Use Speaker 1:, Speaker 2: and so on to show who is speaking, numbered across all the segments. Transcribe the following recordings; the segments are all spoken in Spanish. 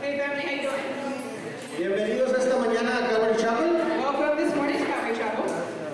Speaker 1: Hey family, how you doing?
Speaker 2: Bienvenidos esta mañana a Calvary Chapel.
Speaker 1: Welcome this morning's Calvary Chapel.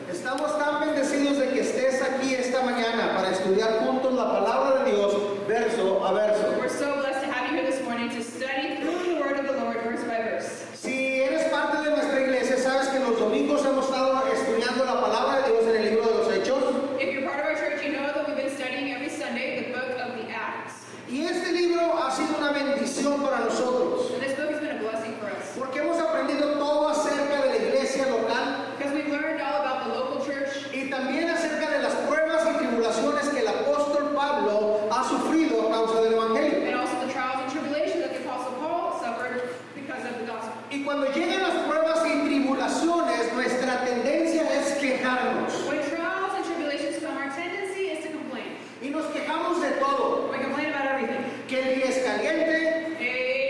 Speaker 2: Estamos tan bendecidos de que estés aquí esta mañana para estudiar juntos la palabra de Dios verso a verso.
Speaker 1: We're so blessed to have you here this morning to study through the Word of the Lord verse by verse.
Speaker 2: Si eres parte de nuestra iglesia, sabes que los domingos hemos estado estudiando la palabra de Dios en el libro de los Hechos.
Speaker 1: If you're part of our church, you know that we've been studying every Sunday the book of the Acts.
Speaker 2: Y este libro ha sido una bendición para nosotros,
Speaker 1: And this book has been a blessing for us
Speaker 2: porque hemos aprendido todo acerca de la iglesia local
Speaker 1: because we've learned all about the local church
Speaker 2: y también acerca de las pruebas y tribulaciones que el apóstol Pablo ha sufrido a causa del Evangelio.
Speaker 1: and also the trials and tribulations that the Apostle Paul suffered because of the gospel.
Speaker 2: Y cuando llegan las pruebas y tribulaciones, nuestra tendencia es quejarnos.
Speaker 1: When trials and tribulations come, our tendency is to complain.
Speaker 2: Y nos quejamos de todo.
Speaker 1: We complain about everything.
Speaker 2: Que el día es caliente,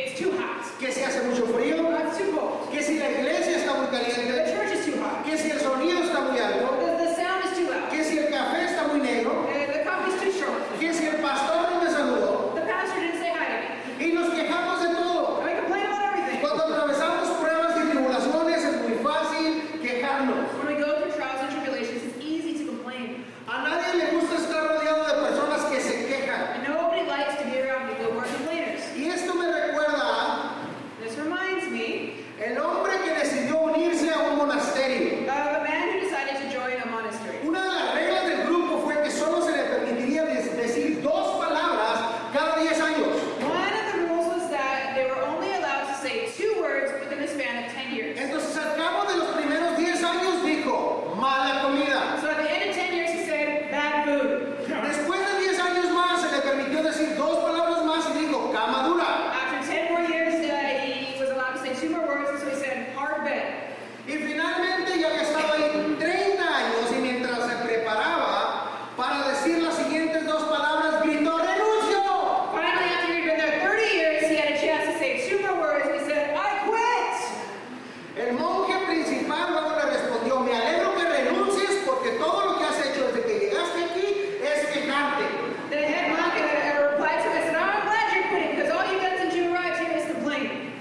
Speaker 1: It's too hot.
Speaker 2: que se hace mucho frío,
Speaker 1: It's too cold.
Speaker 2: que si la iglesia está muy
Speaker 1: The
Speaker 2: caliente,
Speaker 1: church is too hot.
Speaker 2: que si el sonido está muy alto,
Speaker 1: The, the sound is too loud.
Speaker 2: que si el café está muy negro,
Speaker 1: The, the coffee's too short.
Speaker 2: que si el pastor no me saludó.
Speaker 1: The pastor didn't say hi to me.
Speaker 2: Y nos quejamos de todo.
Speaker 1: And we complain about everything.
Speaker 2: Cuando atravesamos pruebas y tribulaciones es muy fácil quejarnos.
Speaker 1: When we go through trials and tribulations, it's easy to complain.
Speaker 2: A nadie le gusta estar rodeado de personas que se quejan.
Speaker 1: And nobody likes to be around people who are complainers.
Speaker 2: Y esto me recuerda a
Speaker 1: This reminds me
Speaker 2: El hombre que decidió unirse a un monasterio.
Speaker 1: of a man who decided to join a monastery.
Speaker 2: Una de las reglas del grupo fue que solo se le permitiría des- decir dos palabras cada 10 años.
Speaker 1: One of the rules was that they were only allowed to say two words within the span of 10 years.
Speaker 2: Entonces, al cabo de los primeros 10 años, dijo, mala comida.
Speaker 1: So at the end of 10 years, he said, bad food.
Speaker 2: Después de 10 años más, se le permitió decir dos palabras más y dijo, cama dura.
Speaker 1: After 10 more years, uh, he was allowed to say two more words, so he said, hard bed.
Speaker 2: Y finalmente ya había estado ahí 30 años y mientras se preparaba para decir las siguientes dos palabras, gritó, renuncio.
Speaker 1: Finally, after he'd been there 30 years, he had a chance to say two more words. He said, I quit!
Speaker 2: El monje principal luego le respondió, me alegro que renuncies porque todo lo que has hecho desde que llegaste aquí es quejarte.
Speaker 1: The head monk uh, uh, replied to him and said, I'm glad you're quitting because all you've done since you arrived here is complain.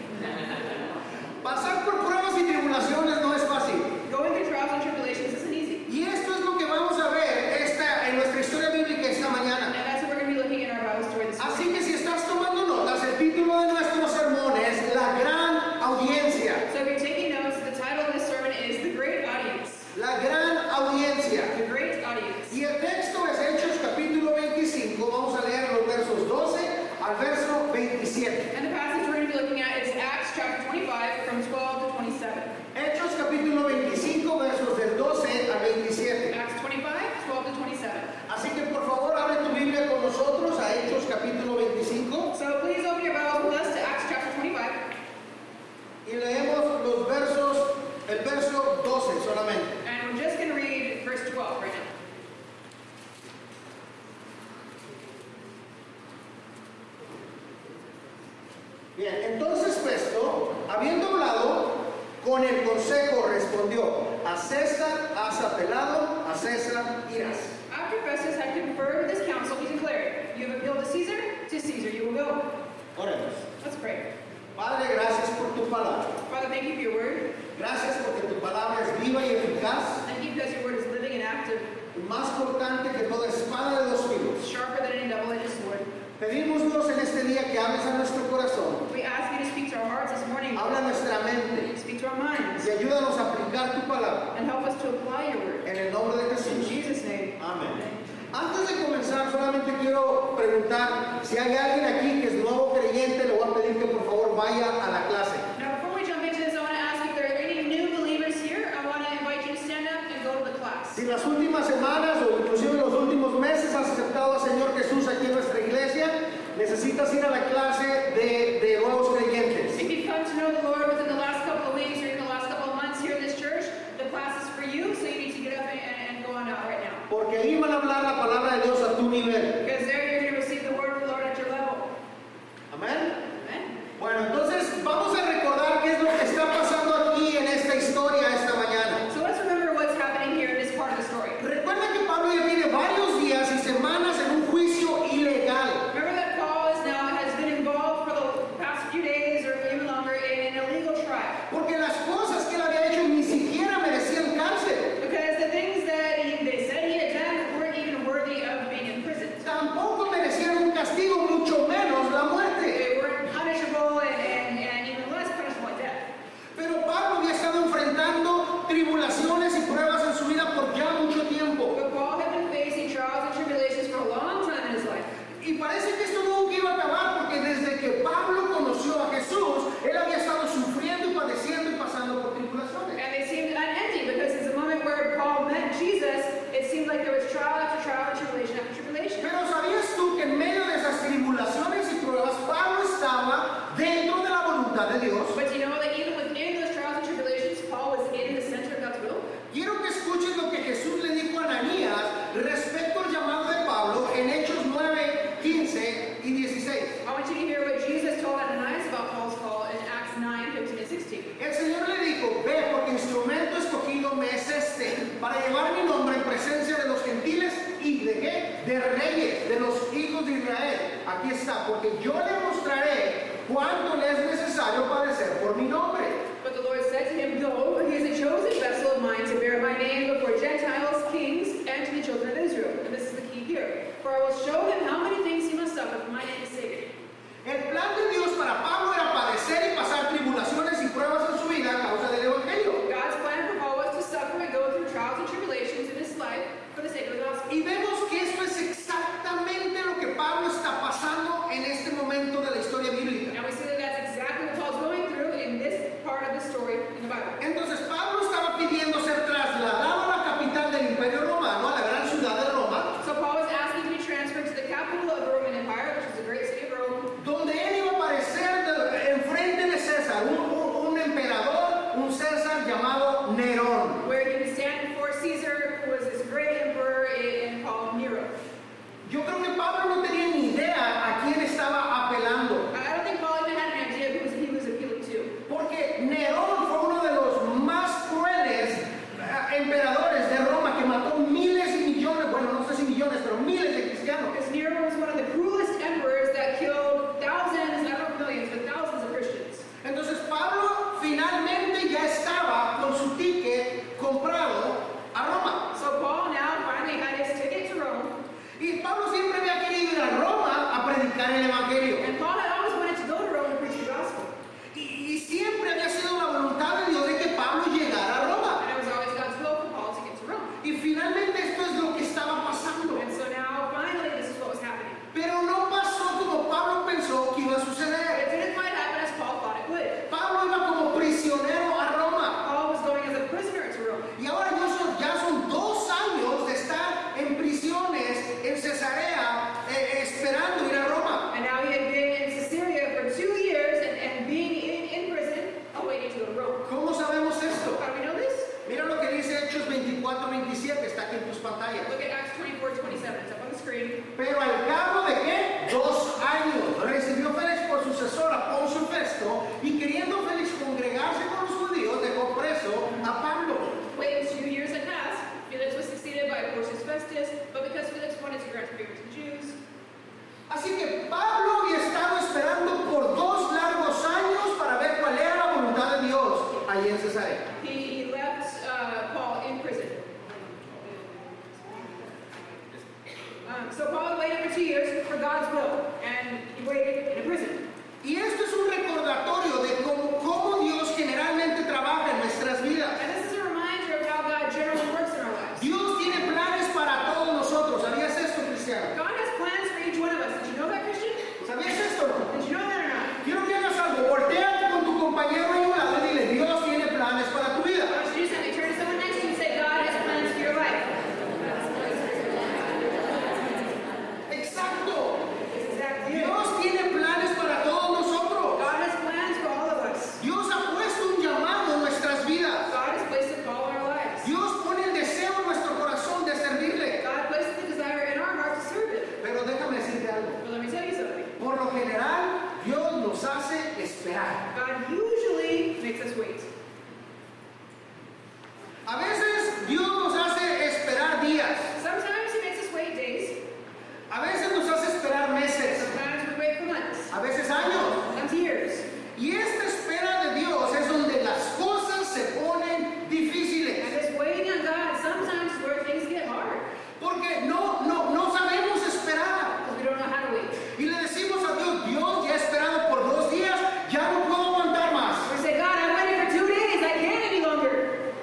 Speaker 2: Pasar por pruebas y tribulaciones no es fácil.
Speaker 1: Going through trials and tribulations isn't easy.
Speaker 2: Y esto es lo que vamos a ver esta- en nuestra historia bíblica esta
Speaker 1: And
Speaker 2: mañana.
Speaker 1: that's what we're going to be looking in our Bible story this
Speaker 2: Así
Speaker 1: morning.
Speaker 2: que si estás tomando notas, el título de nuestro sermón es La Gran Audiencia.
Speaker 1: So if you're taking notes, the title of this sermon is The Great Audience.
Speaker 2: La Gran Audiencia.
Speaker 1: The Great Audience.
Speaker 2: Y el texto es Hechos capítulo 25. Vamos a leer los versos 12 al verso 27.
Speaker 1: And the passage we're going to be looking at is Acts chapter 25 from 12 to 27.
Speaker 2: Hechos capítulo 25, versos del 12 al 27.
Speaker 1: Acts 25, 12 to 27.
Speaker 2: Así que por favor abre tu Biblia con nosotros a Hechos capítulo 25
Speaker 1: So please open your Bibles with us to Acts chapter 25.
Speaker 2: y leemos los versos, el verso 12 solamente.
Speaker 1: And we're just going to read verse 12 right now.
Speaker 2: Bien, entonces Festo, habiendo hablado con el consejo, respondió, a César has apelado, a César irás.
Speaker 1: After Festus had conferred with his council, he declared, You have appealed to Caesar, to Caesar you will go.
Speaker 2: Oremos.
Speaker 1: Let's pray.
Speaker 2: Padre, gracias por tu palabra.
Speaker 1: Father, thank you for your word.
Speaker 2: Gracias porque tu palabra es viva y eficaz,
Speaker 1: Thank you because your word is living and active,
Speaker 2: y más cortante que toda espada de dos filos.
Speaker 1: sharper than any double-edged sword.
Speaker 2: Pedimos Dios en este día que hables a nuestro corazón,
Speaker 1: We ask you to speak to our hearts this morning.
Speaker 2: habla a nuestra mente
Speaker 1: Speak to our minds.
Speaker 2: y ayúdanos a aplicar tu palabra
Speaker 1: And help us to apply your word.
Speaker 2: en el nombre de
Speaker 1: In
Speaker 2: Jesús.
Speaker 1: Jesus' name.
Speaker 2: Amén. Antes de comenzar, solamente quiero preguntar si hay alguien aquí que es nuevo creyente, le voy a pedir que por favor vaya a la clase.
Speaker 1: Now, before we jump into this, I want to ask if there are any new believers here. I want to invite you to stand up and go to the class.
Speaker 2: Si en las últimas semanas o inclusive en los últimos meses has aceptado al Señor Jesús aquí en nuestra iglesia, necesitas ir a la clase de, de nuevos creyentes.
Speaker 1: If you've come to know the Lord within the last couple of weeks or in the last couple of months here in this church, the class is for you, so you need to get up and, and, and go on out right now.
Speaker 2: Porque ahí van a hablar la palabra de Dios a tu nivel.
Speaker 1: Because there you're going to receive the word of the Lord at your level.
Speaker 2: Amén.
Speaker 1: Amen.
Speaker 2: Bueno, entonces vamos a recordar qué es lo que está pasando aquí en esta historia esta mañana.
Speaker 1: So let's remember what's happening here in this part of the story.
Speaker 2: Recuerda que Pablo ya tiene varios días y semanas en un juicio ilegal.
Speaker 1: Remember that Paul is now has been involved for the past few days or even
Speaker 2: de Dios.
Speaker 1: But do you know that even within those trials and tribulations, Paul was in the center of God's will?
Speaker 2: Quiero que escuches lo que Jesús le dijo a Ananías respecto al llamado de Pablo en Hechos 9, 15 y 16.
Speaker 1: I want you to hear what Jesus told Ananias about Paul's call in Acts 9, 15 and 16.
Speaker 2: El Señor le dijo, ve porque instrumento escogido me es este, para llevar mi nombre en presencia de los gentiles y de qué? De reyes, de los hijos de Israel. Aquí está, porque yo le mostraré cuánto le es necesario padecer por mi nombre.
Speaker 1: But the Lord said to him, Go, he is a chosen vessel of mine to bear my name before Gentiles, kings, and to the children of Israel. And this is the key here. For I will show them how many things he must suffer for my name's sake.
Speaker 2: El plan de Dios para Pablo era padecer y pasar tribulaciones y pruebas en su vida a causa del Evangelio.
Speaker 1: God's plan for Paul was to suffer and go through trials and tribulations in his life for the sake of the gospel.
Speaker 2: Y vemos que esto es exactamente lo que Pablo está pasando en este momento de la historia bíblica.
Speaker 1: And we see that that's exactly what Paul's going through in this part of the story in the Bible.
Speaker 2: Entonces Pablo estaba pidiendo ser trasladado a la capital del Imperio Romano, a la gran ciudad de Roma,
Speaker 1: So Paul was asking to be transferred to the capital of the Roman Empire, which is the great city of Rome.
Speaker 2: donde él iba a aparecer de- enfrente de César, un, un- un emperador, un César llamado Nerón.
Speaker 1: where he was standing before Caesar, who was this great emperor and called Nero.
Speaker 2: Yo creo que Pablo no tenía ni idea a quién estaba apelando,
Speaker 1: I don't think Paul even had an idea who was, he was appealing to,
Speaker 2: porque Nerón fue uno de los más crueles eh, emperadores de Roma que mató miles y millones, bueno, no sé si millones, pero miles de cristianos.
Speaker 1: because Nero was one of the cruelest emperors that killed thousands, I don't know millions, but thousands of Christians.
Speaker 2: Entonces Pablo finalmente ya estaba con su ticket comprado a Roma.
Speaker 1: So Paul now finally had his ticket to Rome,
Speaker 2: Y Pablo siempre había querido ir a Roma a predicar el Evangelio.
Speaker 1: and Paul had always wanted to go to Rome to preach the gospel,
Speaker 2: Y, y siempre había sido la voluntad de Dios de que Pablo llegara a Roma.
Speaker 1: and it was always God's will for Paul to get to Rome.
Speaker 2: Y finalmente esto es lo que estaba pasando.
Speaker 1: And so now finally this is what was happening.
Speaker 2: Pero no pasó como Pablo pensó que iba a
Speaker 1: But
Speaker 2: suceder.
Speaker 1: it didn't quite happen as Paul thought it would.
Speaker 2: Pablo iba como prisionero a Roma.
Speaker 1: Paul was going as a prisoner to Rome.
Speaker 2: Y ahora ya son, ya son dos años de estar en prisiones en Cesarea eh, esperando ir a Roma.
Speaker 1: And now he had been in Caesarea for two years and, and being in, in prison, awaiting to go to Rome.
Speaker 2: ¿Cómo sabemos esto?
Speaker 1: How do we know this?
Speaker 2: Mira lo que dice Hechos 24, 27, está aquí en tus pantallas.
Speaker 1: Look at Acts 24, 27. It's up on the screen.
Speaker 2: Pero al cabo de qué? Dos años recibió Félix por sucesor a Poncio Festo y queriendo Félix congregarse con los judíos, dejó preso a Pablo.
Speaker 1: Waiting two years had passed. Felix was succeeded by Porcius Festus, but because Felix wanted to grant favor to the Jews,
Speaker 2: Así que Pablo había estado esperando por dos largos años para ver cuál era la voluntad de Dios allí en Cesarea.
Speaker 1: he, he left uh, Paul in prison. Um, so Paul waited for two years for God's will, and he waited in a prison.
Speaker 2: Y esto es un recordatorio de cómo, cómo Dios generalmente trabaja en nuestras vidas.
Speaker 1: And this is a reminder of how God generally works in our lives.
Speaker 2: Dios tiene planes para todos nosotros. ¿Sabías esto, Cristiano?
Speaker 1: God has plans for each one of us. Did you know that, Christian?
Speaker 2: ¿Sabías esto? no?
Speaker 1: Did you know that or not?
Speaker 2: Quiero que hagas algo. Voltea con tu compañero ahí a un lado y dile, Dios tiene planes para tu vida.
Speaker 1: Why don't you do something? Turn to someone next to you and say, God has plans for your life.
Speaker 2: Exacto.
Speaker 1: That's exactly it.
Speaker 2: Dios tiene planes para todos nosotros.
Speaker 1: God has plans for all of us.
Speaker 2: Dios ha puesto un llamado en nuestras vidas.
Speaker 1: God has placed a call in our lives.
Speaker 2: Dios pone el deseo en nuestro corazón de servirle.
Speaker 1: God places the desire in our heart to serve Him.
Speaker 2: Pero déjame decirte algo.
Speaker 1: But let me tell you something.
Speaker 2: Por lo general, Dios nos hace esperar.
Speaker 1: God usually makes us wait.
Speaker 2: A veces Dios nos hace esperar días.
Speaker 1: Sometimes He makes us wait days.
Speaker 2: A veces nos hace esperar meses.
Speaker 1: Sometimes we wait for months.
Speaker 2: A veces años.
Speaker 1: Sometimes years.
Speaker 2: Y esta espera de Dios es donde las cosas se ponen
Speaker 1: And
Speaker 2: difíciles.
Speaker 1: this waiting on God sometimes is where things get hard.
Speaker 2: Porque no, no, no sabemos esperar.
Speaker 1: Because we don't know how to wait.
Speaker 2: Y le decimos a Dios, Dios, ya he esperado por dos días, ya no puedo aguantar más.
Speaker 1: Or say, God, I waited for two days. I can't any longer.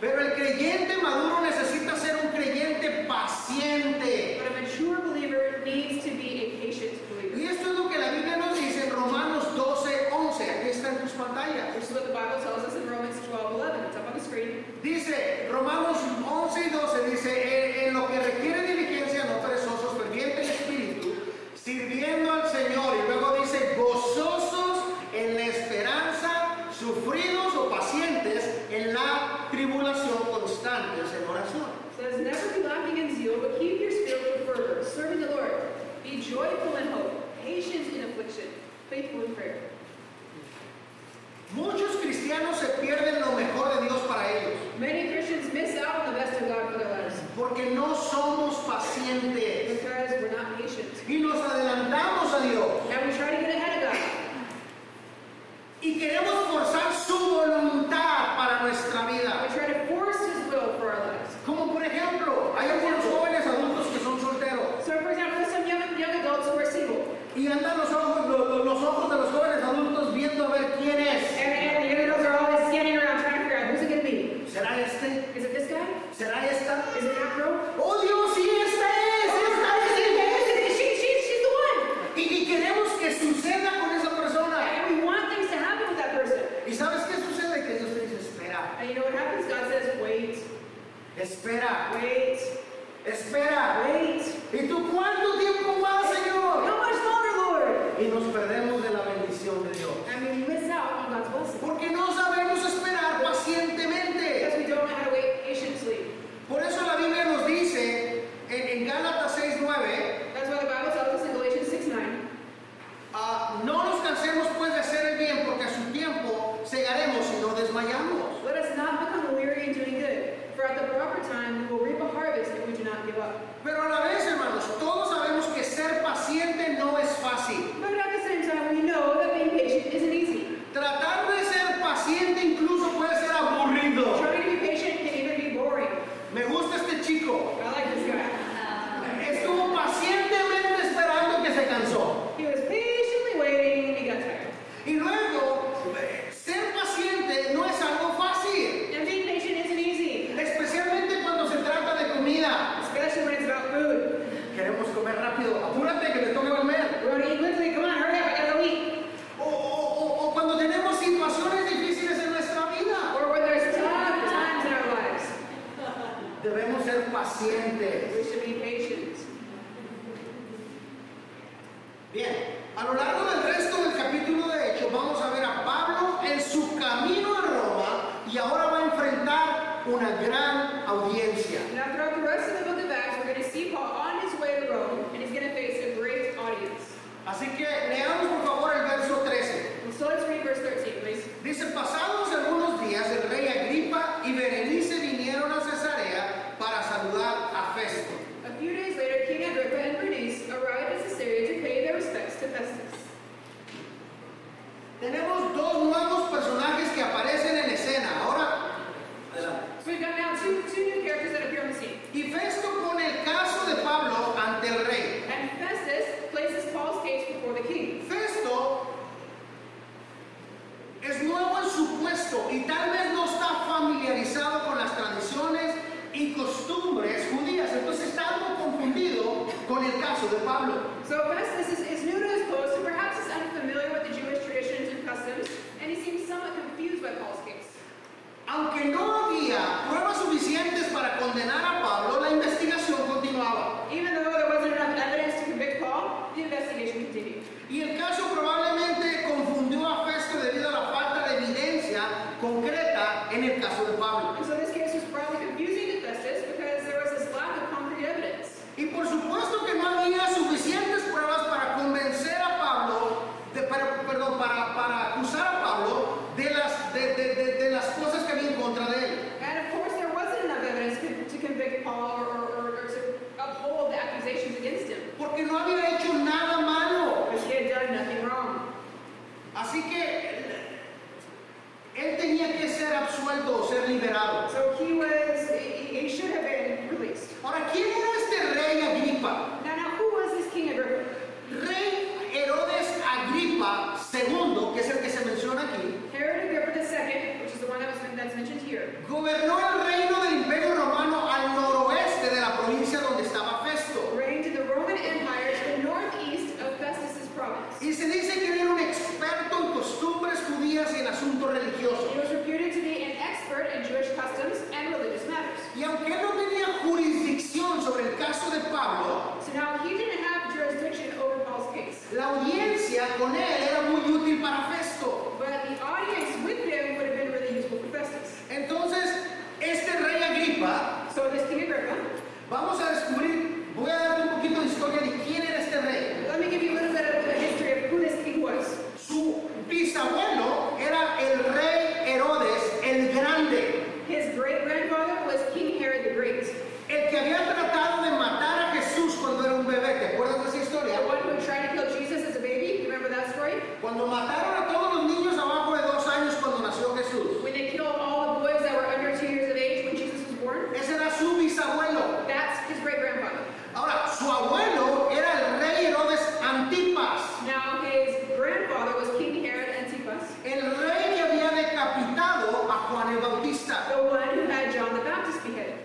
Speaker 2: Pero el creyente maduro necesita ser un creyente paciente.
Speaker 1: But a mature believer needs to be a patient believer.
Speaker 2: Y esto es lo que la Biblia nos dice en Romanos 12, 11. Aquí está en tus pantallas.
Speaker 1: Which is what the Bible tells us in Romans 12, 11. It's up on the screen.
Speaker 2: Dice Romanos 11 y 12, dice, "Eh, en lo que requiere diligencia, no perezosos, ferviente en espíritu, sirviendo al Señor. Y luego dice, gozosos en la esperanza
Speaker 1: people in prayer.
Speaker 2: Muchos cristianos se pierden lo mejor de Dios para ellos
Speaker 1: Many Christians miss out on the best of God for their lives
Speaker 2: porque no somos pacientes
Speaker 1: because we're not patient.
Speaker 2: y nos adelantamos a Dios
Speaker 1: And we try to get ahead of God.
Speaker 2: y queremos forzar su voluntad para nuestra vida.
Speaker 1: We try to force His will for our lives.
Speaker 2: Como por ejemplo, hay algunos jóvenes adultos que son solteros
Speaker 1: So, for example, there's some young, young adults who are single,
Speaker 2: y andan los ojos, lo- lo- los ojos de los jóvenes adultos viendo a ver quién
Speaker 1: and,
Speaker 2: es.
Speaker 1: and the young adults are always standing around trying to figure out who's it going to be.
Speaker 2: ¿Será este?
Speaker 1: Is it this guy?
Speaker 2: ¿Será esta?
Speaker 1: Is it that girl?
Speaker 2: ¡Oh Dios, sí, esta es!
Speaker 1: Oh,
Speaker 2: ¡Esta es! esta es!
Speaker 1: She, she, she's the one.
Speaker 2: Y, y queremos que suceda con esa persona.
Speaker 1: And we want things to happen with that person.
Speaker 2: ¿Y sabes qué sucede? Que Dios te dice, espera,
Speaker 1: And you know what happens? God says, wait,
Speaker 2: espera,
Speaker 1: wait,
Speaker 2: espera.
Speaker 1: wait.
Speaker 2: ¿Y tú cuánto tiempo más, Señor?
Speaker 1: How much longer, Lord?
Speaker 2: Y nos perdemos de la bendición de Dios.
Speaker 1: I mean, we miss out on God's blessing
Speaker 2: Porque no sabemos esperar pacientemente.
Speaker 1: because we don't know how to wait patiently.
Speaker 2: Por eso la Biblia nos dice en, en Gálatas 6:9,
Speaker 1: That's why the Bible tells us in Galatians 6 9,
Speaker 2: ah, no nos cansemos pues de hacer el bien, porque a su tiempo segaremos y no desmayamos.
Speaker 1: let us not become weary in doing good, for at the proper time we will reap a harvest if we do not give up.
Speaker 2: Pero a la vez, hermanos, todos sabemos que ser paciente no es fácil.
Speaker 1: But at the same time, we know that being patient isn't easy.
Speaker 2: Tratar de ser paciente incluso puede ser aburrido.
Speaker 1: Trying to be patient can even be boring.
Speaker 2: Me gusta este chico.
Speaker 1: I like this guy.
Speaker 2: Estuvo pacientemente esperando que se cansó.
Speaker 1: He was patiently waiting and he got tired.
Speaker 2: Y luego, eh, ser paciente no es algo fácil,
Speaker 1: And being patient isn't easy,
Speaker 2: especialmente cuando se trata de comida.
Speaker 1: especially when it's about food.
Speaker 2: Queremos comer rápido, apúrate que te toque comer.
Speaker 1: We want to eat quickly. E. Come on, hurry up! I gotta eat.
Speaker 2: O, o- o- o cuando tenemos situaciones difíciles en nuestra vida,
Speaker 1: Or when there's tough times in our lives,
Speaker 2: debemos ser pacientes.
Speaker 1: we should be patient.
Speaker 2: Bien, a lo largo del resto del capítulo de Hechos vamos a ver a Pablo en su camino a Roma y ahora va a enfrentar una gran audiencia.
Speaker 1: Now, throughout the rest of the book of Acts, we're going to see Paul on his way to Rome, and he's going to face a great audience.
Speaker 2: Así que leamos por favor el verso 13.
Speaker 1: So let's read verse 13, please.
Speaker 2: Dice, pasados algunos días el rey Agripa y Berenice vinieron a Cesarea para saludar a Festo.
Speaker 1: A few days later, King Agrippa and Bernice arrived at Caesarea to pay their respects to Festus.
Speaker 2: Tenemos dos nuevos personajes que aparecen en escena. Ahora, adelante.
Speaker 1: So we've got now two, two new characters that appear on the scene.
Speaker 2: Y Festo pone el caso de Pablo ante el rey.
Speaker 1: And Festus places Paul's case before the king.
Speaker 2: Festo es nuevo en su puesto y tal vez no está familiarizado con las tradiciones y costumbres judías. Entonces está algo confundido con el caso de Pablo.
Speaker 1: So Festus is, is new to his post and perhaps is unfamiliar with the Jewish traditions and customs, and he seems somewhat confused by Paul's case.
Speaker 2: Aunque no había pruebas suficientes para condenar a Pablo, la investigación continuaba.
Speaker 1: Even though there wasn't enough evidence to convict Paul, the investigation continued.
Speaker 2: Y el caso probablemente confundió a Festo debido a la falta de evidencia concreta en el caso de Pablo.
Speaker 1: And so this case was probably confusing to Festus because there was this lack of concrete evidence.
Speaker 2: Y por supuesto que no había suficientes pruebas para convencer a Pablo, de- per- perdón, para, para acusar a Pablo de las, de, de- de- de las cosas que había en contra de él.
Speaker 1: And of course, there wasn't enough evidence con- to convict Paul or, or, or to uphold the accusations against him
Speaker 2: Porque no había hecho nada malo.
Speaker 1: because he had done nothing wrong.
Speaker 2: Así que él tenía que ser absuelto o ser liberado.
Speaker 1: So he was, he, he should have been released.
Speaker 2: Ahora, ¿quién era este rey Agripa?
Speaker 1: Now, now, who was this King Agrippa?
Speaker 2: Rey Herodes Agripa II, que es el que se menciona aquí,
Speaker 1: Herod Agrippa II, which is the one that was, that's mentioned here,
Speaker 2: gobernó el reino del Imperio Romano al noroeste de la provincia donde estaba Festo.
Speaker 1: reigned in the Roman Empire to the northeast of Festus's province.
Speaker 2: Y se dice que él era un experto en costumbres judías y en asuntos religiosos.
Speaker 1: He was reputed to be an expert in Jewish customs and religious matters.
Speaker 2: Y aunque él no tenía jurisdicción sobre el caso de Pablo,
Speaker 1: So now he didn't have jurisdiction over Paul's case,
Speaker 2: la audiencia con él era muy útil para Festo.
Speaker 1: but the audience with him would have been really useful for Festus.
Speaker 2: Entonces, este rey Agripa,
Speaker 1: So this King Agrippa,
Speaker 2: vamos a descubrir, voy a darte un poquito de historia de quién era este rey.
Speaker 1: let me give you a little bit of a history of who this king was.
Speaker 2: Su Cuando mataron a todos los niños abajo de dos años cuando nació Jesús,
Speaker 1: When they killed all the boys that were under two years of age when Jesus was born,
Speaker 2: ese era su bisabuelo.
Speaker 1: that's his great grandfather.
Speaker 2: Ahora, su abuelo era el rey Herodes Antipas,
Speaker 1: Now his grandfather was King Herod Antipas,
Speaker 2: el rey que había decapitado a Juan el Bautista.
Speaker 1: the one who had John the Baptist beheaded.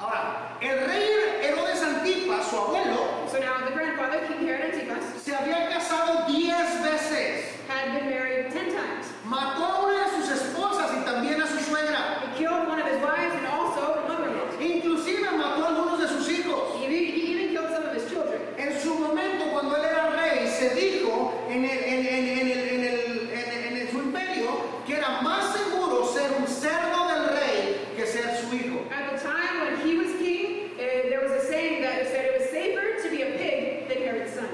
Speaker 2: Ahora, el rey Herodes Antipas, su abuelo,
Speaker 1: So now the grandfather, King Herod Antipas,
Speaker 2: se había casado diez veces,
Speaker 1: had been married ten times.
Speaker 2: mató a una de sus esposas y también a su suegra,
Speaker 1: He killed one of his wives and also a mother-in-law.
Speaker 2: inclusive mató a algunos de sus hijos.
Speaker 1: He, re- he even killed some of his children.
Speaker 2: En su momento, cuando él era rey, se dijo en, el- en- en- en el- en el- en- en- en su imperio que era más seguro ser un cerdo del rey que ser su hijo.
Speaker 1: At the time when he was king, eh, there was a saying that said it was safer to be a pig than Herod's son.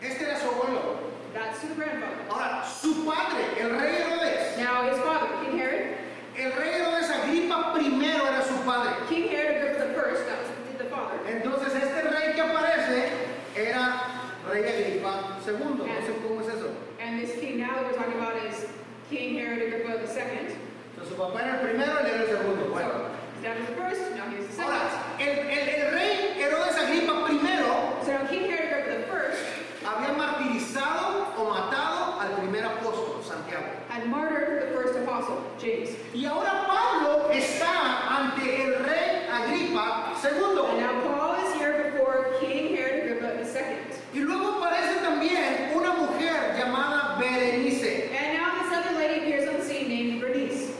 Speaker 2: Este era su abuelo.
Speaker 1: That's to the grandfather.
Speaker 2: Ahora, su padre, el rey Herodes,
Speaker 1: Now his father, King Herod,
Speaker 2: el rey Herodes Agripa I era su padre.
Speaker 1: King Herod Agrippa the first, that was the father.
Speaker 2: Entonces, este rey que aparece era rey Agripa II. No sé cómo es eso.
Speaker 1: And this king now that we're talking about is King Herod Agrippa the second.
Speaker 2: Entonces, su papá era el primero, él era el segundo. Bueno.
Speaker 1: His dad was the first, now he's the second.
Speaker 2: Ahora, el, el- el rey Herodes Agripa I
Speaker 1: So now King Herod Agrippa the first
Speaker 2: había martirizado o matado al primer apóstol, Santiago.
Speaker 1: had martyred the first apostle, James.
Speaker 2: Y ahora Pablo está ante el rey Agripa
Speaker 1: And
Speaker 2: II.
Speaker 1: now Paul is here before King Herod Agrippa the second.
Speaker 2: Y luego aparece también una mujer llamada Berenice.
Speaker 1: And now this other lady appears on the scene named Bernice.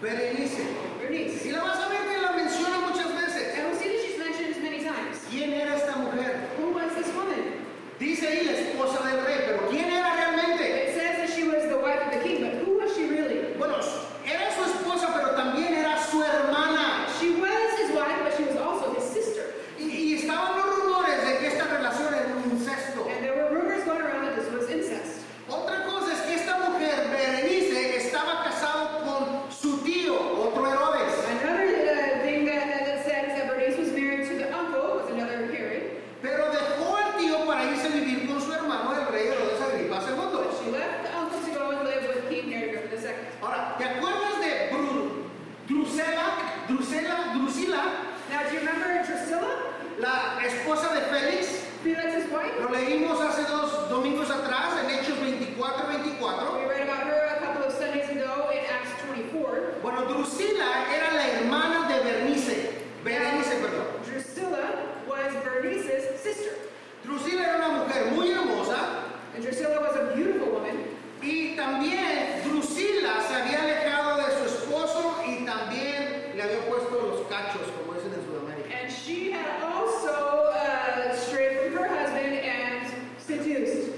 Speaker 2: Berenice.
Speaker 1: Bernice.
Speaker 2: Y la vas a ver que la menciona muchas veces.
Speaker 1: And we'll see that she's mentioned many times.
Speaker 2: ¿Quién era esta mujer?
Speaker 1: Who was this woman?
Speaker 2: Dice ahí la esposa del rey, pero ¿quién era realmente?
Speaker 1: It says that she was the wife of the king, but who was she really?
Speaker 2: Bueno, era su esposa, pero también era su hermana.
Speaker 1: She was his wife, but she was also his sister.
Speaker 2: Y, y estaban los rumores de que esta relación era un incesto.
Speaker 1: And there were rumors going around that this was incest.
Speaker 2: Otra cosa es que esta mujer, Berenice, estaba casado con su tío, otro Herodes.
Speaker 1: Another uh, thing that, that, that said is that Bernice was married to the uncle, was another Herod.
Speaker 2: Pero dejó al tío para irse a vivir con su hermano, el rey Herodes Agripa II.
Speaker 1: She left the uncle to go and live with King Herod Agrippa the second.
Speaker 2: Ahora, ¿te acuerdas de Bru- Drusela, Drusela, Drusila,
Speaker 1: Now, do you remember Drusilla,
Speaker 2: la esposa de Félix?
Speaker 1: Felix's wife?
Speaker 2: Lo leímos hace dos domingos atrás, en Hechos 24, 24.
Speaker 1: We read about her a couple of Sundays ago in Acts 24.
Speaker 2: Bueno, Drusila era la hermana de Berenice. Berenice, perdón.
Speaker 1: Drusilla was Bernice's sister.
Speaker 2: Drusila era una mujer muy hermosa,
Speaker 1: And Drusilla was a beautiful woman.
Speaker 2: Y también Drusila se había alejado de su esposo y también le había puesto los cachos, como dicen en Sudamérica.
Speaker 1: And she had also uh, strayed from her husband and seduced.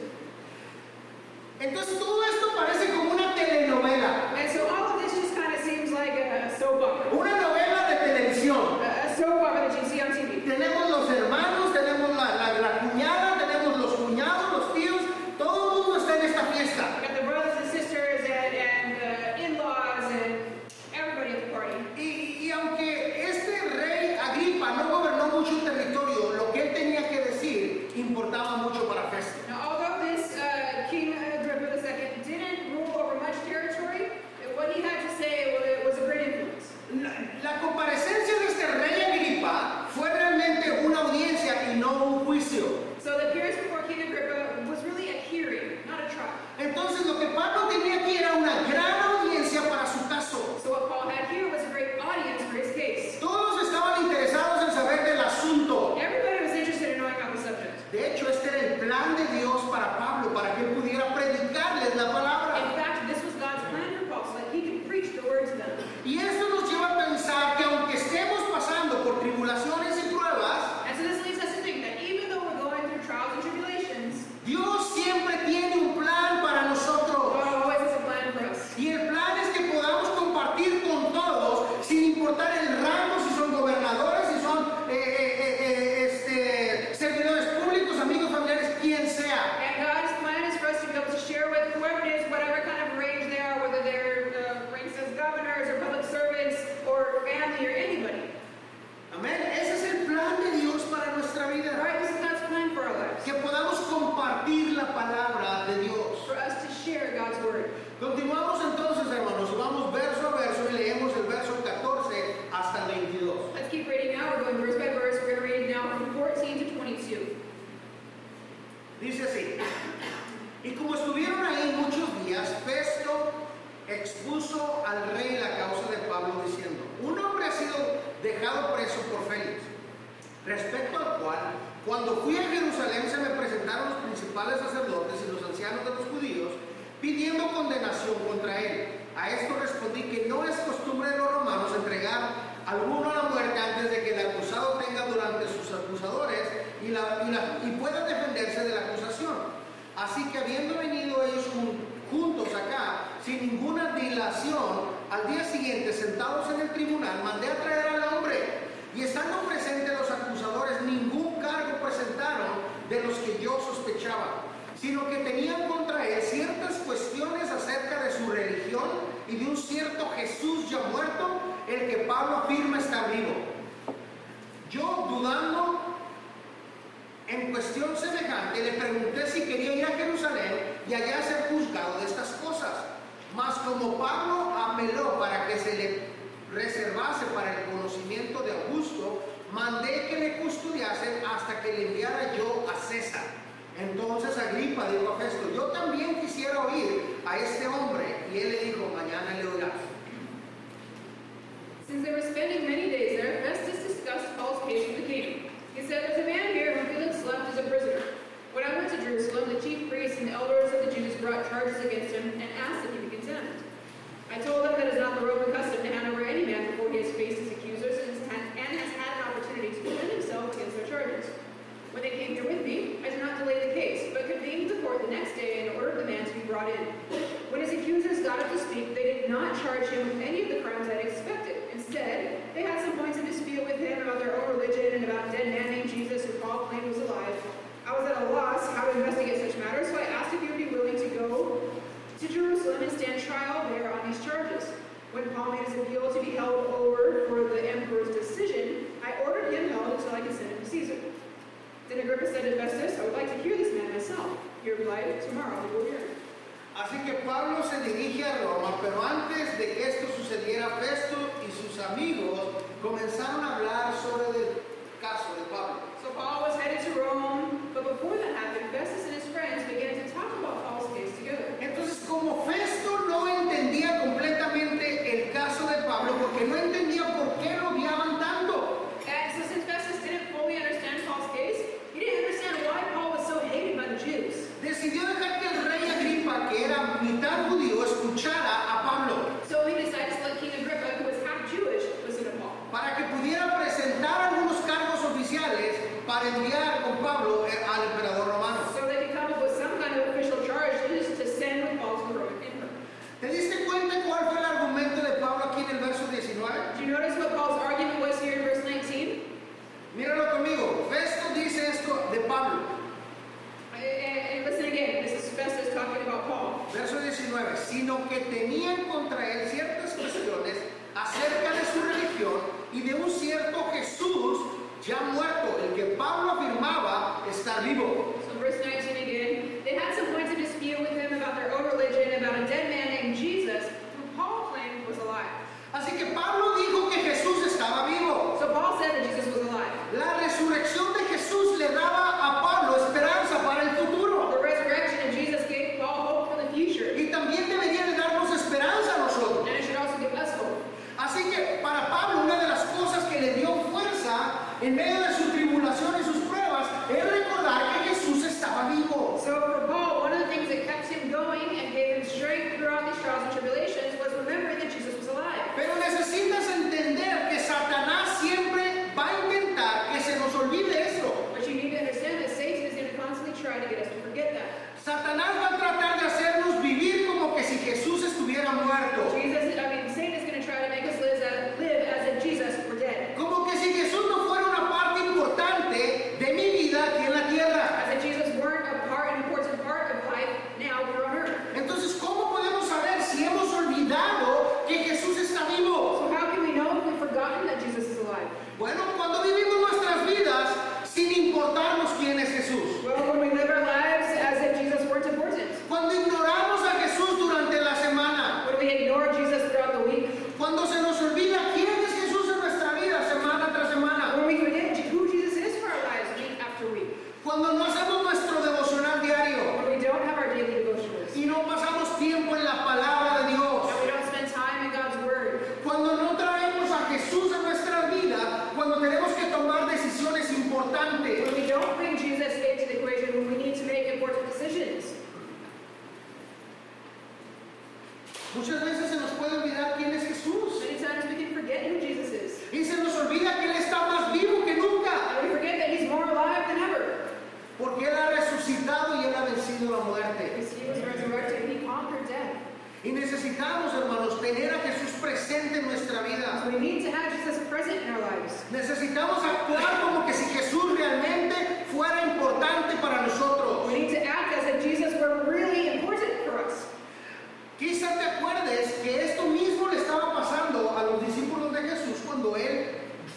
Speaker 2: Entonces todo esto parece como una telenovela,
Speaker 1: And so all of this just kind of seems like a soap opera.
Speaker 2: una novela de televisión.
Speaker 1: A a soap opera that you see on TV.
Speaker 2: Tenemos los hermanos, tenemos la, la- la cuñada, tenemos los cuñados, los tíos, todo el mundo está en esta
Speaker 1: You
Speaker 2: fiesta.
Speaker 1: got the brothers and sisters
Speaker 2: este
Speaker 1: uh,
Speaker 2: este este eh, este,
Speaker 1: uh,
Speaker 2: compartir la palabra de Dios.
Speaker 1: for us to share God's word.
Speaker 2: Continuamos entonces, hermanos, y vamos verso a verso y leemos el verso 14 hasta el 22.
Speaker 1: Let's keep reading now. We're going verse by verse. We're going to read now from 14 to 22.
Speaker 2: Dice así. Y como estuvieron ahí muchos días, Festo expuso al rey la causa de Pablo diciendo, un hombre ha sido dejado preso por Félix, respecto al cual, cuando fui a Jerusalén se me presentaron los principales sacerdotes y los ancianos de los judíos pidiendo condenación contra él. A esto respondí que no es costumbre de los romanos entregar alguno a la muerte antes de que el acusado tenga durante sus acusadores y, la- y la- y pueda defenderse de la acusación. Así que habiendo venido ellos jun- juntos acá, sin ninguna dilación, al día siguiente sentados en el tribunal, mandé a traer al hombre. Y estando presentes los acusadores, ningún cargo presentaron de los que yo sospechaba, sino que tenían contra él ciertas cuestiones acerca de su religión y de un cierto Jesús ya muerto, el que Pablo afirma está vivo. Yo dudando en cuestión semejante, le pregunté si quería ir a Jerusalén y allá ser juzgado de estas cosas. Mas como Pablo apeló para que se le reservase para el conocimiento de Augusto, mandé que le custodiasen hasta que le enviara yo a César. Entonces Agripa dijo a Festo, yo también quisiera oír a este hombre. Y él le dijo, mañana le oirás.
Speaker 1: Since they were spending many days there, Festus discussed Paul's case with the king. He said, There's a man here whom Felix left as a prisoner. When I went to Jerusalem, the chief priests and the elders of the Jews brought charges against him and asked if he be condemned. I told them that it is not the Roman custom to hand over any man before he has faced his accusers and has had, and has had an opportunity to defend himself against their charges. When they came here with me, I did not delay the case, but convened the court the next day and ordered the man to be brought in. When his accusers got up to speak, they did not charge him with any of the crimes I'd expected. Instead, they had some points of dispute with him about their own religion and about a dead man named Jesus who Paul claimed was alive. I was at a loss how to investigate such matters, so I asked if he would be willing to go to Jerusalem and stand trial there on these charges. When Paul made his appeal to be held over for the emperor's decision, I ordered him held until I could send him to Caesar. Then Agrippa said to Festus, I would like to hear this man myself. He replied, Tomorrow you will hear him.
Speaker 2: Así que Pablo se dirige a Roma, pero antes de que esto sucediera, Festo y sus amigos comenzaron a hablar sobre el caso de Pablo.
Speaker 1: So Paul was headed to Rome, but before that happened, Festus and his friends began to talk about Paul's case together.
Speaker 2: Entonces, como Festo no entendía completamente el caso de Pablo, porque no entendía por qué lo odiaban tanto,
Speaker 1: And so since Festus didn't fully understand Paul's case, he didn't understand why Paul was so hated by the Jews.
Speaker 2: decidió dejar que el rey Agripa, que era mitad judío, escuchara a Pablo
Speaker 1: So he decided to let King Agrippa, who was half Jewish, listen to Paul.
Speaker 2: para que pudiera presentar algunos cargos oficiales para enviar con Pablo eh, al emperador romano.
Speaker 1: So they could come up with some kind of official charge just to send with Paul to the Roman emperor.
Speaker 2: ¿Te diste cuenta cuál fue el argumento de Pablo aquí en el verso 19?
Speaker 1: Do you notice what Paul's argument was here in verse 19?
Speaker 2: Míralo conmigo. Festo dice esto de Pablo.
Speaker 1: And, and Uh, listen again, this is Festus talking about Paul.
Speaker 2: Verso 19. Sino que tenían contra él ciertas cuestiones acerca de su religión y de un cierto Jesús ya muerto, el que Pablo afirmaba estar vivo.
Speaker 1: So verse 19 again, they had some points of dispute with him about their own religion, about a dead man named Jesus, who Paul claimed was alive.
Speaker 2: Así que Pablo dijo que Jesús estaba vivo.
Speaker 1: So Paul said that Jesus was alive.
Speaker 2: La resurrección de Jesús le daba a Pablo esperanza para el futuro.
Speaker 1: The resurrection of Jesus gave Paul hope for the future,
Speaker 2: Y también debería de darnos esperanza a nosotros.
Speaker 1: and it should also give us hope.
Speaker 2: Así que para Pablo una de las cosas que le dio fuerza en medio de su tribulación y sus pruebas es recordar que Jesús Muchas veces se nos puede olvidar quién es Jesús.
Speaker 1: Many times we can forget who Jesus is.
Speaker 2: Y se nos olvida que Él está más vivo que nunca.
Speaker 1: And we forget that he's more alive than ever.
Speaker 2: Porque Él ha resucitado y Él ha vencido la muerte.
Speaker 1: Because he was resurrected and he conquered death.
Speaker 2: Y necesitamos, hermanos, tener a Jesús presente en nuestra vida.
Speaker 1: So we need to have Jesus present in our lives.
Speaker 2: Necesitamos actuar como que si Jesús realmente fuera importante para nosotros.
Speaker 1: We need to act as if Jesus were really important for us.
Speaker 2: Quizás te acuerdes que esto mismo le estaba pasando a los discípulos de Jesús cuando Él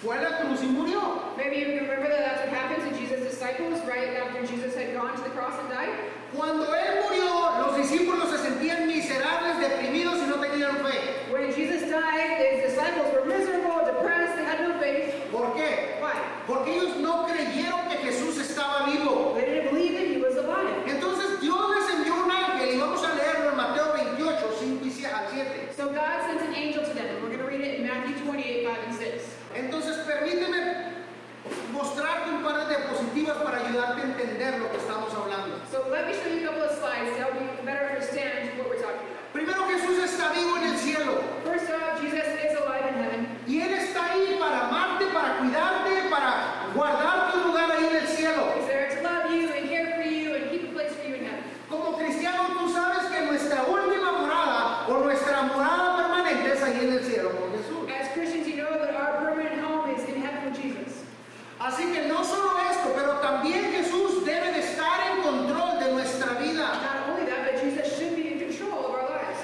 Speaker 2: fue a la cruz y murió.
Speaker 1: Maybe you remember that that's what happened to Jesus' disciples right after Jesus had gone to the cross and died.
Speaker 2: Cuando él murió, los discípulos se sentían miserables, deprimidos y no tenían fe.
Speaker 1: When Jesus died, his disciples were miserable, depressed, they had no faith.
Speaker 2: ¿Por qué?
Speaker 1: Why?
Speaker 2: Porque ellos no creyeron que Jesús estaba vivo.
Speaker 1: They didn't believe that he was alive.
Speaker 2: Entonces Dios les envió un ángel y vamos a leerlo en Mateo 28, 5 y 7.
Speaker 1: So God sent an angel to them, and we're going to read it in Matthew 28, 5 and 6.
Speaker 2: Entonces permíteme mostrarte un par de diapositivas para ayudarte a entender lo que estamos hablando.
Speaker 1: So let me show you a couple of slides to help you better understand what we're talking about.
Speaker 2: Primero Jesús está vivo en el cielo
Speaker 1: First off, Jesus is alive in heaven.
Speaker 2: y Él está ahí para amarte, para cuidarte, para guardar tu lugar ahí en el cielo.
Speaker 1: He's there to love you and care for you and keep a place for you in heaven.
Speaker 2: Como cristiano tú sabes que nuestra última morada o nuestra morada permanente es ahí en el cielo con Jesús.
Speaker 1: As Christians, you know that our permanent home is in heaven with Jesus.
Speaker 2: Así que no solo esto, pero también Jesús debe de estar en control de nuestra vida,
Speaker 1: Not only that, but Jesus should be in control of our lives,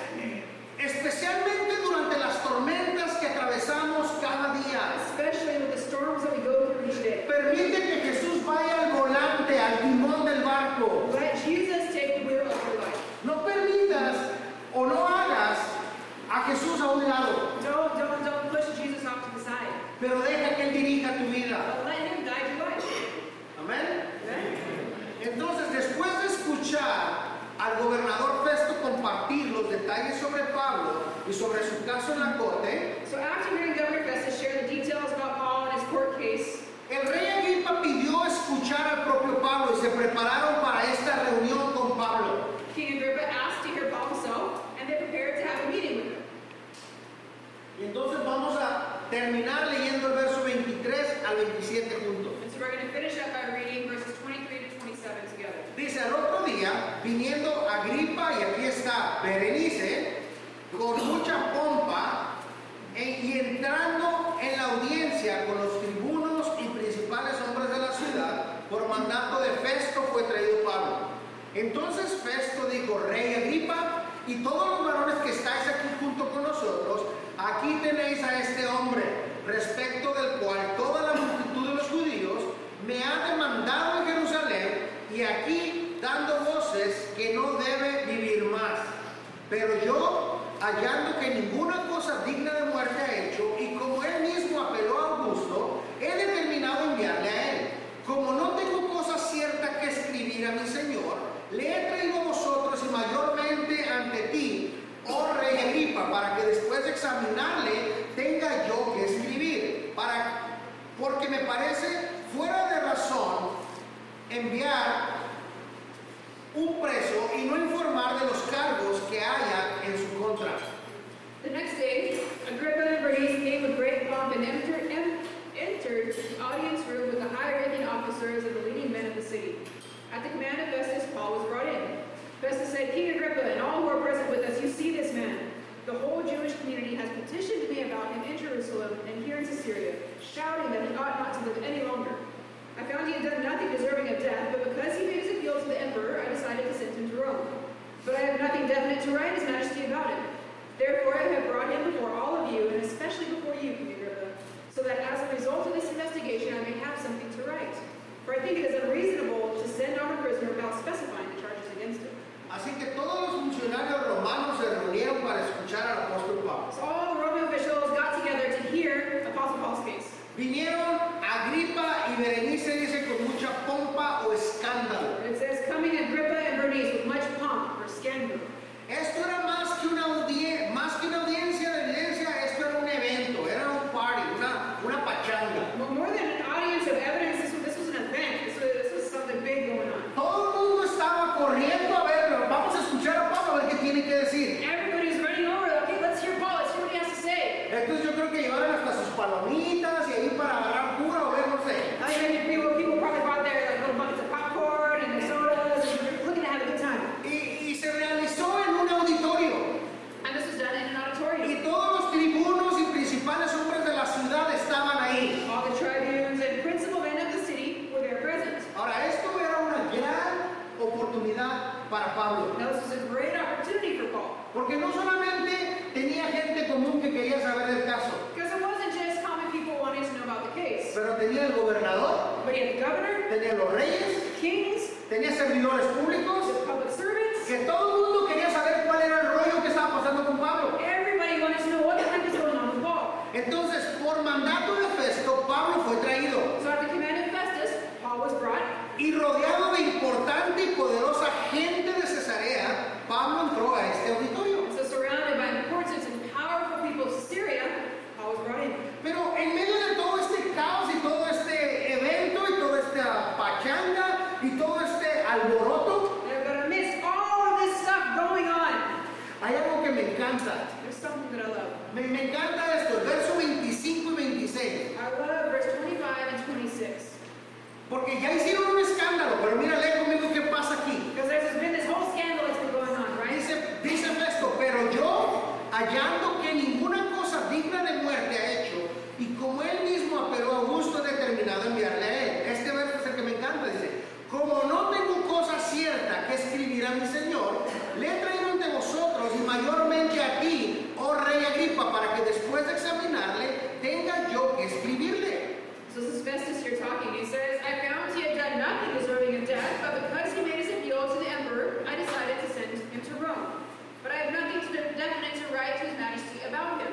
Speaker 2: especialmente durante las tormentas que atravesamos cada día.
Speaker 1: especially with the storms that we go through each day.
Speaker 2: Permite que Jesús vaya al volante, al timón del barco.
Speaker 1: Let Jesus take the wheel of your life.
Speaker 2: No permitas o no hagas a Jesús a un lado,
Speaker 1: Don't, don't, don't push Jesus off to the side,
Speaker 2: pero deja que Él dirija tu vida.
Speaker 1: but let him guide your life.
Speaker 2: Amén.
Speaker 1: Amen?
Speaker 2: Entonces, después de escuchar al gobernador Festo compartir los detalles sobre Pablo y sobre su caso en la corte,
Speaker 1: So after hearing Governor Festus share the details about Paul and his court case,
Speaker 2: el rey Agripa pidió escuchar al propio Pablo y se prepararon para esta reunión con Pablo.
Speaker 1: King Agrippa asked to hear Paul himself, and they prepared to have a meeting with him.
Speaker 2: Y entonces vamos a terminar leyendo el verso 23 al 27 juntos.
Speaker 1: And so we're going to finish up by reading verses 23 to 27 together.
Speaker 2: Dice, al otro día, viniendo Agripa, y aquí está Berenice, con mucha pompa, e- y entrando en la audiencia con los tribunos y principales hombres de la ciudad, por mandato de Festo fue traído Pablo. Entonces Festo dijo, rey Agripa, y todos los varones que estáis aquí junto con nosotros, aquí tenéis a este hombre, respecto del cual toda la multitud de los judíos me ha demandado en Jerusalén y aquí dando voces que no debe vivir más. Pero yo, hallando que ninguna cosa digna de muerte ha hecho, y como él mismo apeló a Augusto, he determinado enviarle a él. Como no tengo cosa cierta que escribir a mi Señor, le he traído a vosotros y mayormente ante ti, oh rey Agripa, para que después de examinarle tenga yo que escribir, para, porque me parece fuera de razón enviar un preso y no informar de los cargos que haya en su contra.
Speaker 1: The next day, Agrippa and Bernice came with great pomp and entered, en- entered the audience room with the high-ranking officers and the leading men of the city. At the command of Festus, Paul was brought in. Festus said, King Agrippa and all who are present with us, you see this man. The whole Jewish community has petitioned me about him in Jerusalem and here in Caesarea, shouting that he ought not to live any longer. I found he had done nothing deserving of death, but because he made his appeal to the emperor, I decided to send him to Rome. But I have nothing definite to write his majesty about him. Therefore, I have brought him before all of you, and especially before you, King Agrippa, so that as a result of this investigation, I may have something to write. For I think it is unreasonable to send off a prisoner without specifying the charges against him.
Speaker 2: Así que todos los funcionarios romanos se reunieron para escuchar al apóstol Pablo.
Speaker 1: So all the Roman officials got together to hear Apostle Paul's case.
Speaker 2: Vinieron Agripa y Berenice, dice, con mucha pompa o escándalo.
Speaker 1: And it says, coming Agrippa and Bernice with much pomp or scandal.
Speaker 2: Esto era más que una, audiencia, más que una audiencia de evidencia, esto era un evento, era un party, una, una pachanga.
Speaker 1: Well, more than an audience of evidence, this was, this was an event. This was, this was something big going on.
Speaker 2: Todo el mundo estaba para Pablo.
Speaker 1: Now, this was a great opportunity for Paul.
Speaker 2: Porque no solamente tenía gente común que quería saber del caso,
Speaker 1: Because it wasn't just common people wanting to know about the case.
Speaker 2: pero tenía el gobernador,
Speaker 1: But he had the governor,
Speaker 2: tenía los reyes,
Speaker 1: the kings,
Speaker 2: tenía servidores públicos,
Speaker 1: the public servants.
Speaker 2: que todo el mundo quería saber cuál era el rollo que estaba pasando con Pablo.
Speaker 1: Everybody wanted to know what the heck was going on with Paul.
Speaker 2: Entonces, por mandato de Festo, Pablo fue traído
Speaker 1: So at the command of Festus, Paul was brought,
Speaker 2: y rodeado de importante y poderosa gente de Cesarea, Pablo entró a este auditorio.
Speaker 1: and so surrounded by important and powerful people of Syria, Paul was brought in.
Speaker 2: Pero en medio de todo este caos y todo este evento y toda esta pachanga y todo este alboroto,
Speaker 1: And But amidst all of this stuff going on,
Speaker 2: hay algo que me encanta.
Speaker 1: there's something that I love.
Speaker 2: Me, me encanta esto, el verso 25 y 26.
Speaker 1: I love verse 25 and 26.
Speaker 2: Porque ya hicieron un escándalo, pero mira, lee conmigo qué pasa aquí.
Speaker 1: Because there's been this whole scandal that's been going on, right?
Speaker 2: Dice, dice esto, pero yo, hallando que ninguna cosa digna de muerte ha hecho, y como él mismo apeló a gusto, he determinado enviarle a él. Este verso es el que me encanta, dice, como no tengo cosa cierta que escribir a mi Señor, le he traído ante vosotros y mayormente a ti, oh rey Agripa, para que después de examinarle, tenga yo que escribirle.
Speaker 1: So this is Festus here talking. He says, I found he had done nothing deserving of death, but because he made his appeal to the emperor, I decided to send him to Rome. But I have nothing to definite to write to his majesty about him.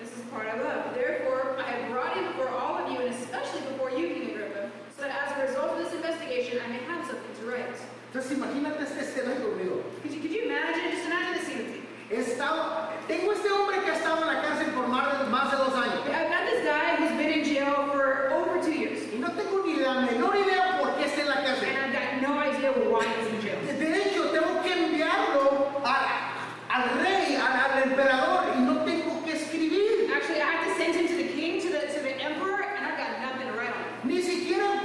Speaker 1: This is the part I love. Therefore, I have brought him before all of you, and especially before you, King Agrippa, so that as a result of this investigation, I may have something to write.
Speaker 2: Entonces imagínate este esta escena conmigo.
Speaker 1: Could you, could you imagine? Just imagine the scene with me.
Speaker 2: He estado- tengo este hombre que ha estado en la cárcel por más de, más de dos años.
Speaker 1: I've got this guy who's been in jail for over two years,
Speaker 2: Y no tengo ni la menor idea por qué está en la
Speaker 1: and
Speaker 2: cárcel.
Speaker 1: I've got no idea why he's in jail.
Speaker 2: De hecho, tengo que enviarlo a- al rey, al, al emperador, y no tengo que escribir.
Speaker 1: Actually, I have to send him to the king, to the, to the emperor, and I've got nothing to write on.
Speaker 2: Ni siquiera,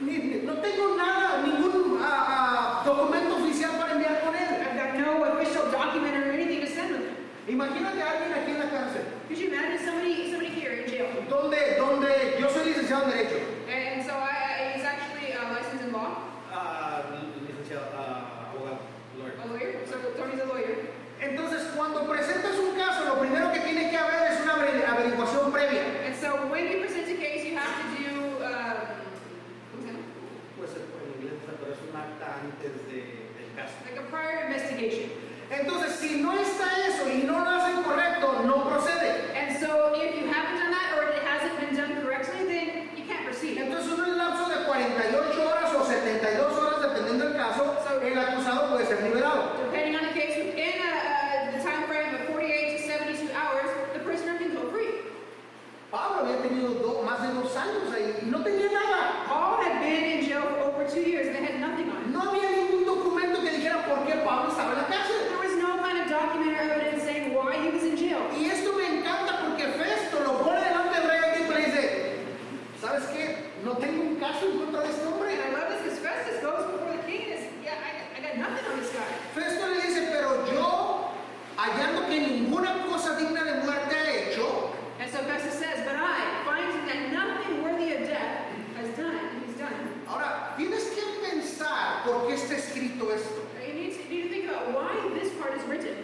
Speaker 2: ni- ni- no tengo nada, ningún ah, ah, documento oficial para enviar con él.
Speaker 1: I've got no official document or anything to send with him.
Speaker 2: Imagínate a alguien aquí en la cárcel,
Speaker 1: Could you imagine somebody, somebody here in jail?
Speaker 2: donde, donde yo soy licenciado en Derecho.
Speaker 1: And so I, I he's actually uh, licensed in law,
Speaker 3: Ah, licenciado, ah, abogado, lawyer.
Speaker 1: a lawyer, so Tony's a lawyer.
Speaker 2: Entonces, cuando presentas un caso, lo primero que tiene que haber es una averi- averiguación previa.
Speaker 1: And so when you present a case, you have to do, um, what's
Speaker 3: Pues
Speaker 1: that?
Speaker 3: en inglés, o sea, pero es un acta antes de, del caso.
Speaker 1: like a prior investigation.
Speaker 2: Entonces, si no está eso y no lo hacen correcto, no procede.
Speaker 1: And so if you haven't done that or it hasn't been done correctly, then you can't proceed.
Speaker 2: Entonces, en un lapso de 48 horas o 72 horas, dependiendo del caso, el acusado puede ser liberado.
Speaker 1: Depending on the case, within uh, uh, the time frame of 48 to 72 hours, the prisoner can go free.
Speaker 2: Pablo había tenido do- más de dos años ahí y no tenía nada.
Speaker 1: Paul had been in jail for over two years and they had nothing on him.
Speaker 2: No había ningún documento que dijera por qué Pablo estaba en la cárcel.
Speaker 1: There was no kind of document or evidence saying why he was in jail.
Speaker 2: Y esto me encanta porque Festo lo pone delante del rey Agripa y le dice, ¿sabes qué? No tengo un caso en contra de este hombre.
Speaker 1: And I love this because Festus goes before the king and is, yeah, I, I got nothing on this guy.
Speaker 2: Festo le dice, pero yo, hallando que ninguna cosa digna de muerte ha hecho,
Speaker 1: And so Festus says, but I, finding that nothing worthy of death has done, he's done.
Speaker 2: ahora tienes que pensar por qué está escrito esto.
Speaker 1: You need to, you need to think about why this part is written.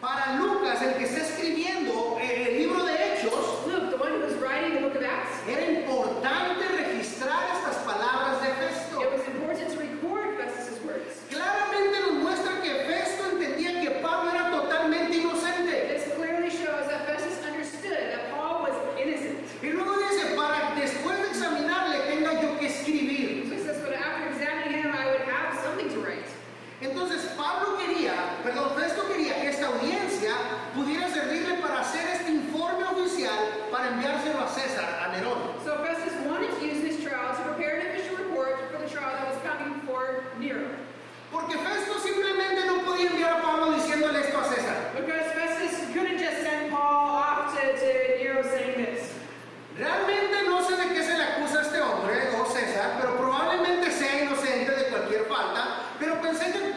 Speaker 2: Para Lucas, el que está escribiendo eh, el libro de Hechos,
Speaker 1: Luke, the one who was writing the book of Acts,
Speaker 2: era importante registrar estas palabras de Festo.
Speaker 1: It was important to record Festus's words.
Speaker 2: Claramente nos muestra que Festo entendía que Pablo era totalmente inocente.
Speaker 1: This clearly shows that Festus understood that Paul was innocent.
Speaker 2: Y luego dice, para después de examinarle tenga yo que escribir.
Speaker 1: So he says, but after examining him, I would have something to write.
Speaker 2: Entonces Pablo quería, perdón, Festo quería que esta audiencia pudiera servirle para hacer este informe oficial para enviárselo a César, a Nerón.
Speaker 1: So Festus
Speaker 2: este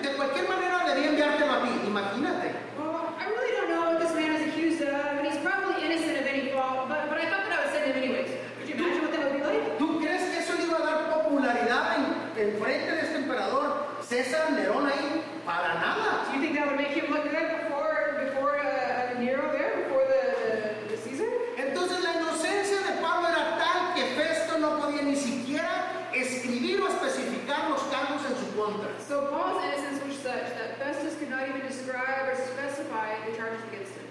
Speaker 2: este
Speaker 1: when did that before, before uh, uh, Nero there, before the, the, the Caesar?
Speaker 2: Entonces la inocencia de Pablo era tal que Festo no podía ni siquiera escribir o especificar los cargos en su contra.
Speaker 1: So Paul's innocence was such that Festus could not even describe or specify the charges against him.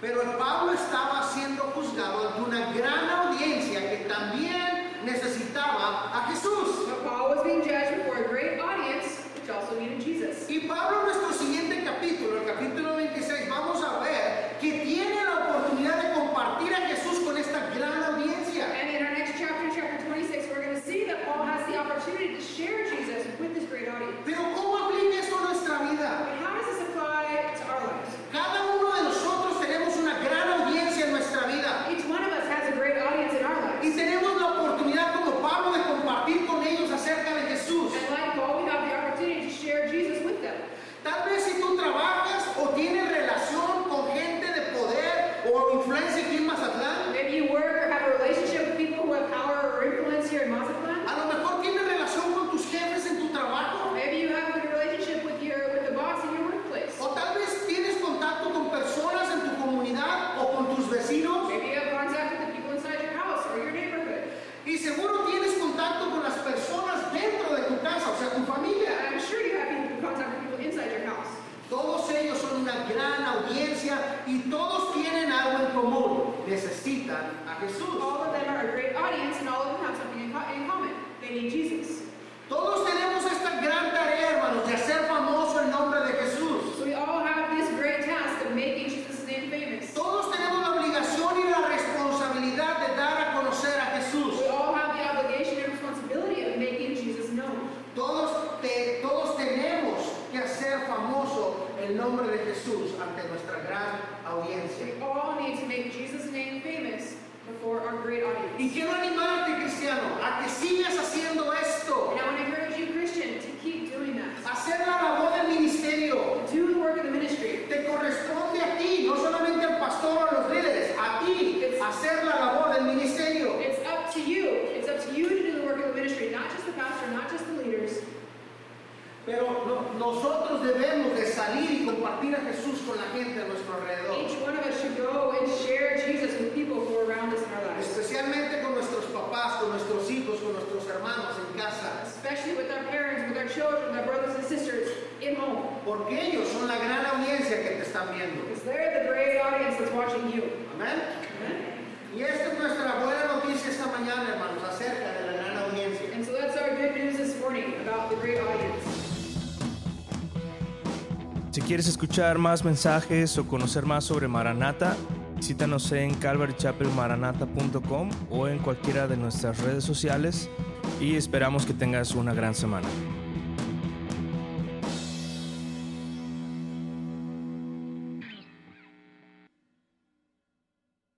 Speaker 2: Pero Pablo estaba siendo juzgado ante una gran audiencia que también necesitaba a Jesús.
Speaker 1: But Paul was being judged before a great audience, which also needed Jesus.
Speaker 2: Y Pablo en nuestro siguiente capítulo, el capítulo 26, vamos a ver que tiene la oportunidad de compartir a Jesús con esta gran audiencia.
Speaker 1: And in our next chapter, chapter 26, we're going to see that Paul has the opportunity to share Jesus with this great audience.
Speaker 2: Pero ¿cómo aplica esto a nuestra vida?
Speaker 1: But how does this apply to our lives?
Speaker 2: Cada uno de nosotros tenemos una gran audiencia en nuestra vida
Speaker 1: Each one of us has a great audience in our
Speaker 2: y
Speaker 1: lives.
Speaker 2: tenemos la oportunidad como Pablo de compartir con ellos acerca de Jesús.
Speaker 1: And like Paul, we have the opportunity to share Jesus with them.
Speaker 2: Tal vez si tú trabajas o tienes relación con gente de poder o influencia aquí en Mazatlán,
Speaker 1: Maybe you work or have a relationship with people who have power or influence here in Mazatlan.
Speaker 2: a lo mejor tienes relación con tus jefes en tu trabajo,
Speaker 1: Maybe you have a good relationship with your with the boss in your workplace.
Speaker 2: o tal vez tienes contacto con personas en tu comunidad o con tus vecinos,
Speaker 1: Maybe you have contact with the people inside your house or your neighborhood.
Speaker 2: y seguro tienes contacto con las personas dentro de tu casa, o sea, tu familia.
Speaker 1: I'm sure you have people- contact with people inside your house.
Speaker 2: Todos ellos son una gran audiencia y todos tienen algo en común, necesitan a Jesús.
Speaker 1: All of them are a great audience, and all of them have something in, co- in common. They need Jesus.
Speaker 2: Todos tenemos esta gran tarea, hermanos, de hacer famoso el nombre de Jesús.
Speaker 1: So we all have this great task of making Jesus' name famous.
Speaker 2: Todos tenemos la obligación y la responsabilidad de dar a conocer a Jesús.
Speaker 1: We all have the obligation and responsibility of making Jesus known.
Speaker 2: Todos, te- todos tenemos que hacer famoso el nombre de Jesús ante nuestra gran audiencia.
Speaker 1: We all need to make Jesus' name famous before our great
Speaker 2: Y
Speaker 1: audience.
Speaker 2: quiero animarte, cristiano, a que sigas haciendo esto.
Speaker 1: And I want to encourage you, Christian, to keep doing that.
Speaker 2: Hacer la labor del ministerio.
Speaker 1: Do the work of the ministry.
Speaker 2: Te corresponde a ti, no solamente al pastor o a los líderes, a ti hacer la labor del ministerio.
Speaker 1: It's up to you. It's up to you to do the work of the ministry, not just the pastor, not just the leaders.
Speaker 2: Pero no- nosotros debemos de salir y compartir a Jesús con la gente a nuestro alrededor,
Speaker 1: Each one of us should go and share Jesus with people who are around us in our lives,
Speaker 2: especialmente con nuestros papás, con nuestros hijos, con nuestros hermanos en casa,
Speaker 1: especially with our parents, with our children, with our brothers and sisters in home.
Speaker 2: porque ellos son la gran audiencia que te están viendo.
Speaker 1: Because they're the great audience that's watching you.
Speaker 2: Amén. Y esta es nuestra buena noticia esta mañana, hermanos, acerca de la gran audiencia.
Speaker 1: And so that's our good news this morning about the great audience.
Speaker 4: Si quieres escuchar más mensajes o conocer más sobre Maranata, visítanos en calvarychapelmaranata.com o en cualquiera de nuestras redes sociales y esperamos que tengas una gran semana.